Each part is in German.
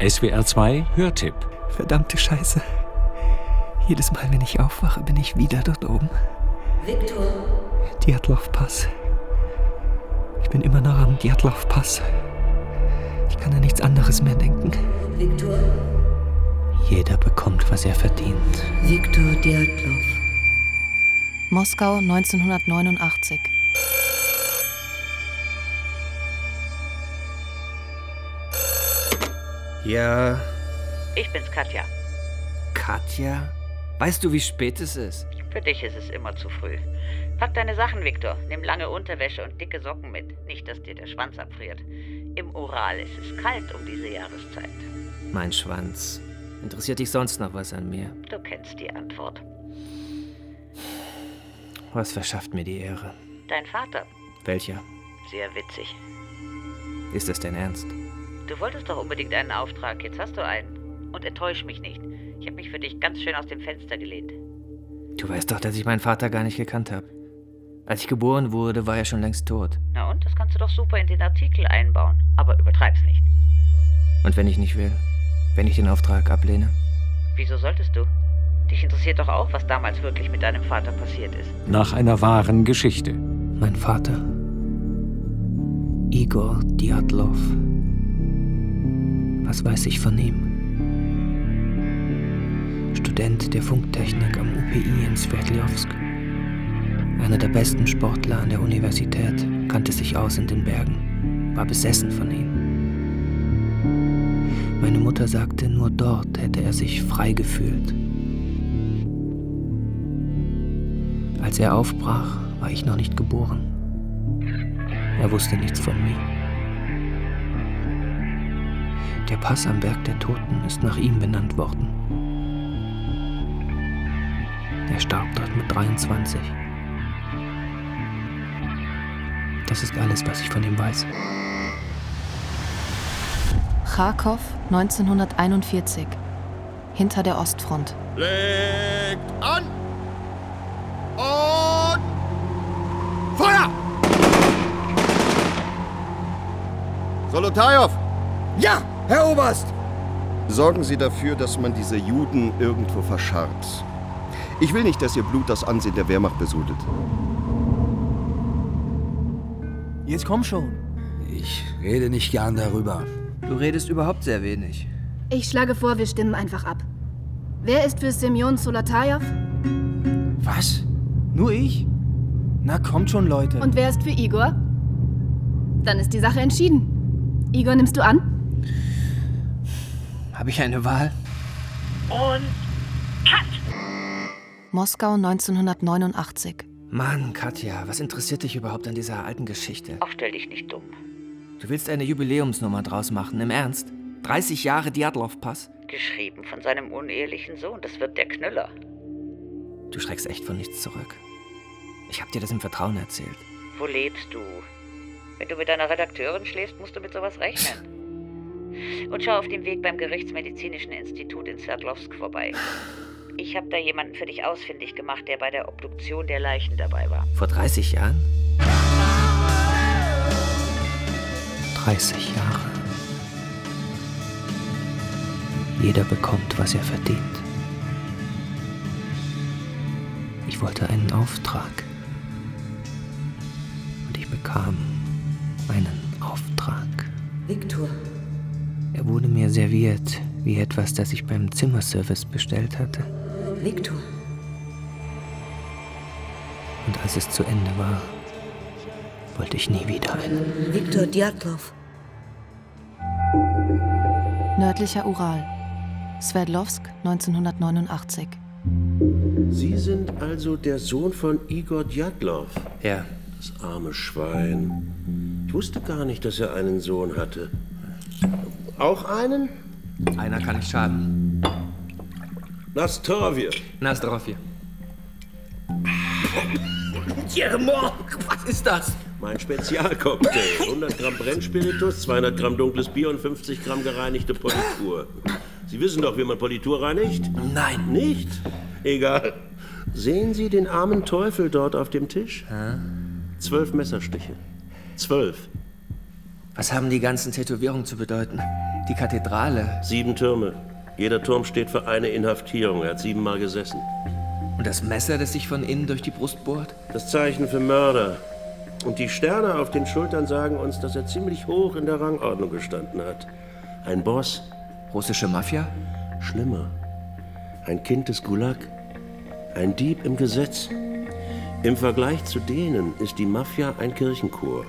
SWR 2 Hörtipp. Verdammte Scheiße. Jedes Mal, wenn ich aufwache, bin ich wieder dort oben. Viktor, Diatlov-Pass. Ich bin immer noch am Diatlov-Pass. Ich kann an nichts anderes mehr denken. Viktor, Jeder bekommt, was er verdient. Viktor Diatlov. Moskau 1989. Ja, Ich bin's, Katja. Katja? Weißt du, wie spät es ist? Für dich ist es immer zu früh. Pack deine Sachen, Viktor. Nimm lange Unterwäsche und dicke Socken mit. Nicht, dass dir der Schwanz abfriert. Im Ural ist es kalt um diese Jahreszeit. Mein Schwanz. Interessiert dich sonst noch was an mir? Du kennst die Antwort. Was verschafft mir die Ehre? Dein Vater. Welcher? Sehr witzig. Ist es denn ernst? Du wolltest doch unbedingt einen Auftrag. Jetzt hast du einen. Und enttäusch mich nicht. Ich habe mich für dich ganz schön aus dem Fenster gelehnt. Du weißt doch, dass ich meinen Vater gar nicht gekannt habe. Als ich geboren wurde, war er schon längst tot. Na und? Das kannst du doch super in den Artikel einbauen. Aber übertreib's nicht. Und wenn ich nicht will? Wenn ich den Auftrag ablehne? Wieso solltest du? Dich interessiert doch auch, was damals wirklich mit deinem Vater passiert ist. Nach einer wahren Geschichte. Mein Vater. Igor Diatlov. Was weiß ich von ihm? Student der Funktechnik am UPI in Sverdlovsk. Einer der besten Sportler an der Universität, kannte sich aus in den Bergen, war besessen von ihm. Meine Mutter sagte, nur dort hätte er sich frei gefühlt. Als er aufbrach, war ich noch nicht geboren. Er wusste nichts von mir. Der Pass am Berg der Toten ist nach ihm benannt worden. Er starb dort mit 23. Das ist alles, was ich von ihm weiß. Kharkov 1941. Hinter der Ostfront. Legt an! Und Feuer! Solotajow, Ja, Herr Oberst! sorgen Sie dafür, dass man diese Juden irgendwo verscharrt. Ich will nicht, dass ihr Blut das Ansehen der Wehrmacht besudelt. Jetzt komm schon. Ich rede nicht gern darüber. Du redest überhaupt sehr wenig. Ich schlage vor, wir stimmen einfach ab. Wer ist für Semyon Solatajew Was? Nur ich? Na kommt schon, Leute. und wer ist für Igor? Dann ist die Sache entschieden. Igor, nimmst du an? Habe ich eine Wahl? Moskau 1989. Mann, Katja, was interessiert dich überhaupt an dieser alten Geschichte? Auch stell dich nicht dumm. Du willst eine Jubiläumsnummer draus machen, im Ernst? 30 Jahre Diatlov-Pass? Geschrieben von seinem unehelichen Sohn. Das wird der Knüller. Du schreckst echt von nichts zurück. Ich hab dir das im Vertrauen erzählt. Wo lebst du? Wenn du mit deiner Redakteurin schläfst, musst du mit sowas rechnen. Und schau auf dem Weg beim Gerichtsmedizinischen Institut in Sverdlovsk vorbei. Ich habe da jemanden für dich ausfindig gemacht, der bei der Obduktion der Leichen dabei war. Vor 30 Jahren? 30 Jahre. Jeder bekommt, was er verdient. Ich wollte einen Auftrag. Und ich bekam einen Auftrag. Viktor, Er wurde mir serviert wie etwas, das ich beim Zimmerservice bestellt hatte. Viktor, Und als es zu Ende war, wollte ich nie wieder einen. Viktor Diatlov. Nördlicher Ural. Sverdlovsk 1989. Sie sind also der Sohn von Igor Djatlov, Ja. das arme Schwein. Ich wusste gar nicht, dass er einen Sohn hatte. Auch einen? Einer kann nicht schaden. Nastorvir. Na, ist drauf hier. was ist das? Mein Spezialcocktail. 100 Gramm Brennspiritus, 200 Gramm dunkles Bier und 50 Gramm gereinigte Politur. Sie wissen doch, wie man Politur reinigt? Nein. Nicht? Egal. Sehen Sie den armen Teufel dort auf dem Tisch? Zwölf Messerstiche. Zwölf. Was haben die ganzen Tätowierungen zu bedeuten? Die Kathedrale. Sieben Türme. Jeder Turm steht für eine Inhaftierung. Er hat siebenmal gesessen. Und das Messer, das sich von innen durch die Brust bohrt? Das Zeichen für Mörder. Und die Sterne auf den Schultern sagen uns, dass er ziemlich hoch in der Rangordnung gestanden hat. Ein Boss. Russische Mafia? Schlimmer. Ein Kind des Gulag. Ein Dieb im Gesetz. Im Vergleich zu denen ist die Mafia ein Kirchenchor.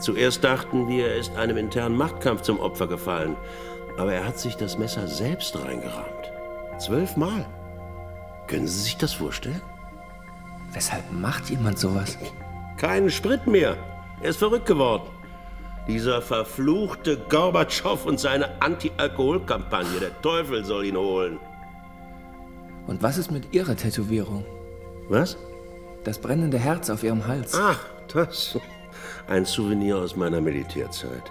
Zuerst dachten wir, er ist einem internen Machtkampf zum Opfer gefallen. Aber er hat sich das Messer selbst reingerammt. Zwölfmal. Können Sie sich das vorstellen? Weshalb macht jemand sowas? Keinen Sprit mehr. Er ist verrückt geworden. Dieser verfluchte Gorbatschow und seine Anti-Alkohol-Kampagne. Der Teufel soll ihn holen. Und was ist mit Ihrer Tätowierung? Was? Das brennende Herz auf Ihrem Hals. Ach, das. Ein Souvenir aus meiner Militärzeit.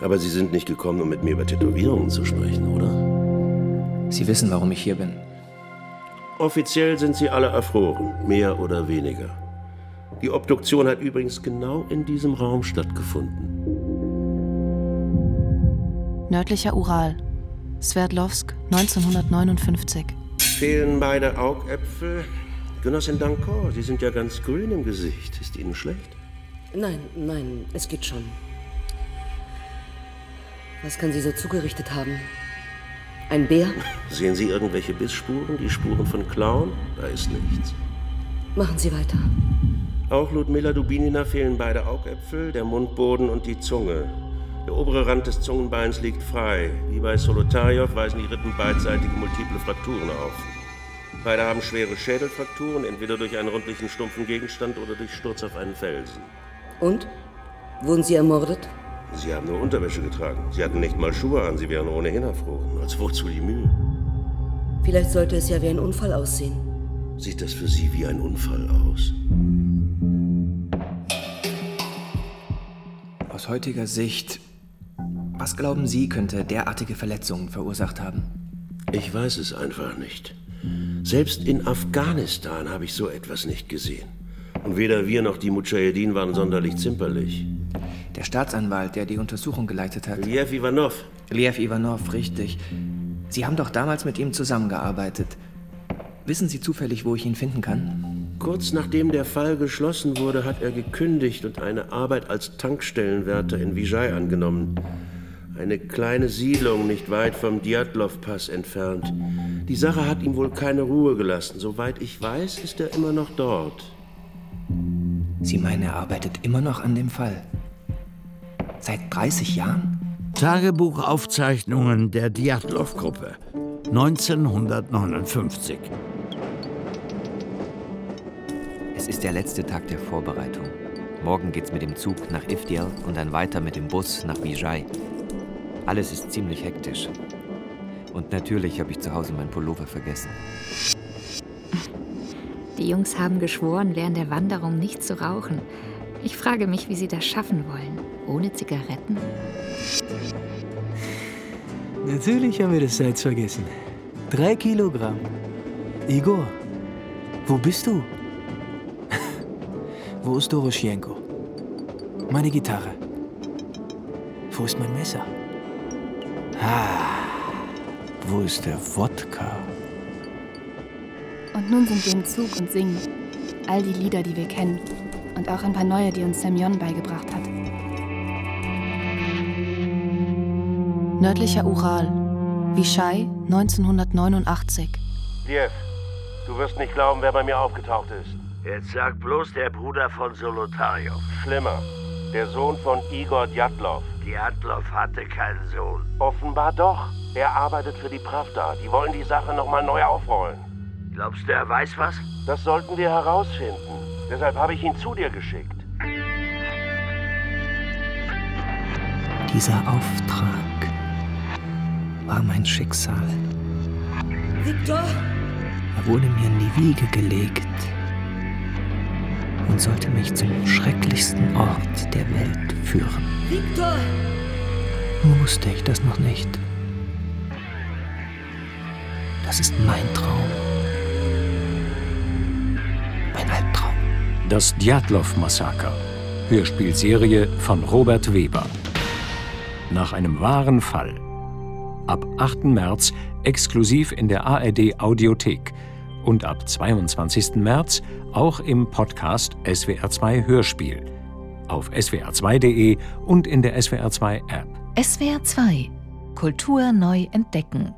Aber Sie sind nicht gekommen, um mit mir über Tätowierungen zu sprechen, oder? Sie wissen, warum ich hier bin. Offiziell sind sie alle erfroren, mehr oder weniger. Die Obduktion hat übrigens genau in diesem Raum stattgefunden. Nördlicher Ural, Sverdlovsk, 1959. Fehlen beide Augäpfel? Genossin Dankor, Sie sind ja ganz grün im Gesicht. Ist Ihnen schlecht? Nein, nein, es geht schon. Was kann sie so zugerichtet haben? Ein Bär? Sehen Sie irgendwelche Bissspuren? Die Spuren von Clown? Da ist nichts. Machen Sie weiter. Auch Ludmilla Dubinina fehlen beide Augäpfel, der Mundboden und die Zunge. Der obere Rand des Zungenbeins liegt frei. Wie bei Solotarjow weisen die Rippen beidseitige multiple Frakturen auf. Beide haben schwere Schädelfrakturen, entweder durch einen rundlichen stumpfen Gegenstand oder durch Sturz auf einen Felsen. Und? Wurden sie ermordet? Sie haben nur Unterwäsche getragen. Sie hatten nicht mal Schuhe an, sie wären ohnehin erfroren. Als wozu die Mühe? Vielleicht sollte es ja wie ein Unfall aussehen. Sieht das für Sie wie ein Unfall aus? Aus heutiger Sicht, was glauben Sie, könnte derartige Verletzungen verursacht haben? Ich weiß es einfach nicht. Selbst in Afghanistan habe ich so etwas nicht gesehen. Und weder wir noch die Mujahedin waren sonderlich zimperlich. Der Staatsanwalt, der die Untersuchung geleitet hat. Liev Ivanov. Liev Ivanov, richtig. Sie haben doch damals mit ihm zusammengearbeitet. Wissen Sie zufällig, wo ich ihn finden kann? Kurz nachdem der Fall geschlossen wurde, hat er gekündigt und eine Arbeit als Tankstellenwärter in Vijay angenommen. Eine kleine Siedlung nicht weit vom Diatlov-Pass entfernt. Die Sache hat ihm wohl keine Ruhe gelassen. Soweit ich weiß, ist er immer noch dort. Sie meinen, er arbeitet immer noch an dem Fall? Seit 30 Jahren? Tagebuchaufzeichnungen der Diatlov-Gruppe, 1959. Es ist der letzte Tag der Vorbereitung. Morgen geht's mit dem Zug nach Ifdiel und dann weiter mit dem Bus nach Vijay. Alles ist ziemlich hektisch. Und natürlich habe ich zu Hause meinen Pullover vergessen. Die Jungs haben geschworen, während der Wanderung nicht zu rauchen. Ich frage mich, wie sie das schaffen wollen. Ohne Zigaretten? Natürlich haben wir das Salz vergessen. Drei Kilogramm. Igor, wo bist du? wo ist Doroschenko? Meine Gitarre. Wo ist mein Messer? Ah, wo ist der Wodka? Und nun sind wir im Zug und singen. All die Lieder, die wir kennen. Und auch ein paar neue, die uns Semyon beigebracht hat. Nördlicher Ural. Vishai, 1989. Diev, du wirst nicht glauben, wer bei mir aufgetaucht ist. Jetzt sag bloß der Bruder von Solotarjow. Schlimmer. Der Sohn von Igor Djatlov. Djatlov hatte keinen Sohn. Offenbar doch. Er arbeitet für die Pravda. Die wollen die Sache nochmal neu aufrollen. Glaubst du, er weiß was? Das sollten wir herausfinden. Deshalb habe ich ihn zu dir geschickt. Dieser Auftrag war mein Schicksal. Victor! Er wurde mir in die Wiege gelegt und sollte mich zum schrecklichsten Ort der Welt führen. Victor! Nur wusste ich das noch nicht. Das ist mein Traum. Mein Albtraum. Das Djatlov-Massaker. Hörspielserie von Robert Weber. Nach einem wahren Fall. ab 8. März exklusiv in der ARD Audiothek und ab 22. März auch im Podcast SWR2 Hörspiel auf swr2.de und in der SWR2 App. SWR 2 Kultur neu entdecken.